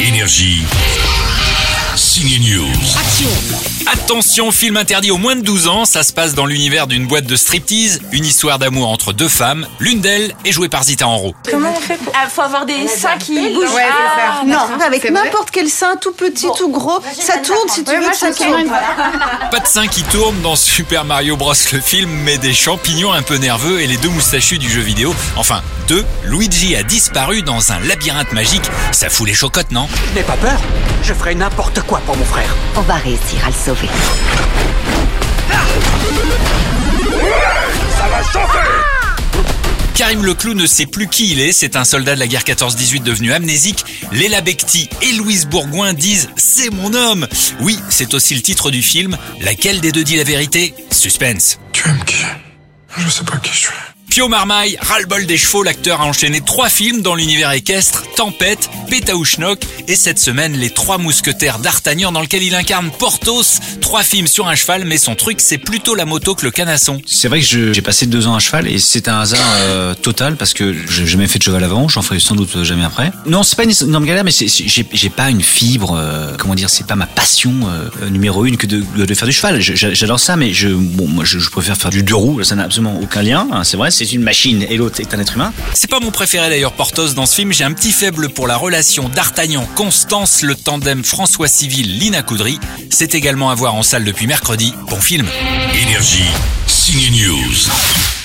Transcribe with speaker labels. Speaker 1: Énergie. Signe News.
Speaker 2: Attention, film interdit aux moins de 12 ans, ça se passe dans l'univers d'une boîte de striptease, une histoire d'amour entre deux femmes, l'une d'elles est jouée par Zita Enro.
Speaker 3: Comment on fait pour...
Speaker 4: Ah, faut avoir des seins qui bougent. Ah.
Speaker 3: Ouais, c'est ça.
Speaker 5: Non, avec n'importe quel sein, tout petit, tout gros, ça tourne si tu veux que ça tourne.
Speaker 2: Pas de seins qui tournent dans Super Mario Bros le film, mais des champignons un peu nerveux et les deux moustachus du jeu vidéo. Enfin, deux, Luigi a disparu dans un labyrinthe magique. Ça fout les chocottes, non
Speaker 6: N'aie pas peur, je ferai n'importe quoi pour mon frère.
Speaker 7: On va réussir à le sauver.
Speaker 2: Karim le Clou ne sait plus qui il est, c'est un soldat de la guerre 14-18 devenu amnésique. Léla Becti et Louise Bourgoin disent C'est mon homme Oui, c'est aussi le titre du film. Laquelle des deux dit la vérité Suspense.
Speaker 8: Tu aimes qui Je sais pas qui je suis.
Speaker 2: Pio Marmaille, ras-le-bol des chevaux, l'acteur a enchaîné trois films dans l'univers équestre, Tempête, Pétaouchnok et cette semaine Les Trois Mousquetaires d'Artagnan dans lequel il incarne Porthos. Trois films sur un cheval, mais son truc c'est plutôt la moto que le canasson.
Speaker 9: C'est vrai que je- j'ai passé deux ans à cheval et c'est un hasard euh, total parce que j'ai jamais fait de cheval avant, j'en ferai sans doute jamais après. Non, c'est pas une énorme galère, mais c'est- c'est- j'ai j'ai pas une fibre, euh, comment dire, c'est pas ma passion euh, numéro une que de, de faire du cheval. Je- j'a- J'adore ça, mais je, bon, moi, je, je préfère faire du deux roues, ça n'a absolument aucun lien, hein, c'est vrai, c'est une machine et l'autre est un être humain.
Speaker 2: C'est pas mon préféré d'ailleurs Porthos dans ce film, j'ai un petit faible pour la relation d'Artagnan-Constance, le tandem François Civil-Lina Coudry. C'est également à voir en salle depuis mercredi. Bon film
Speaker 1: Énergie. Signe News.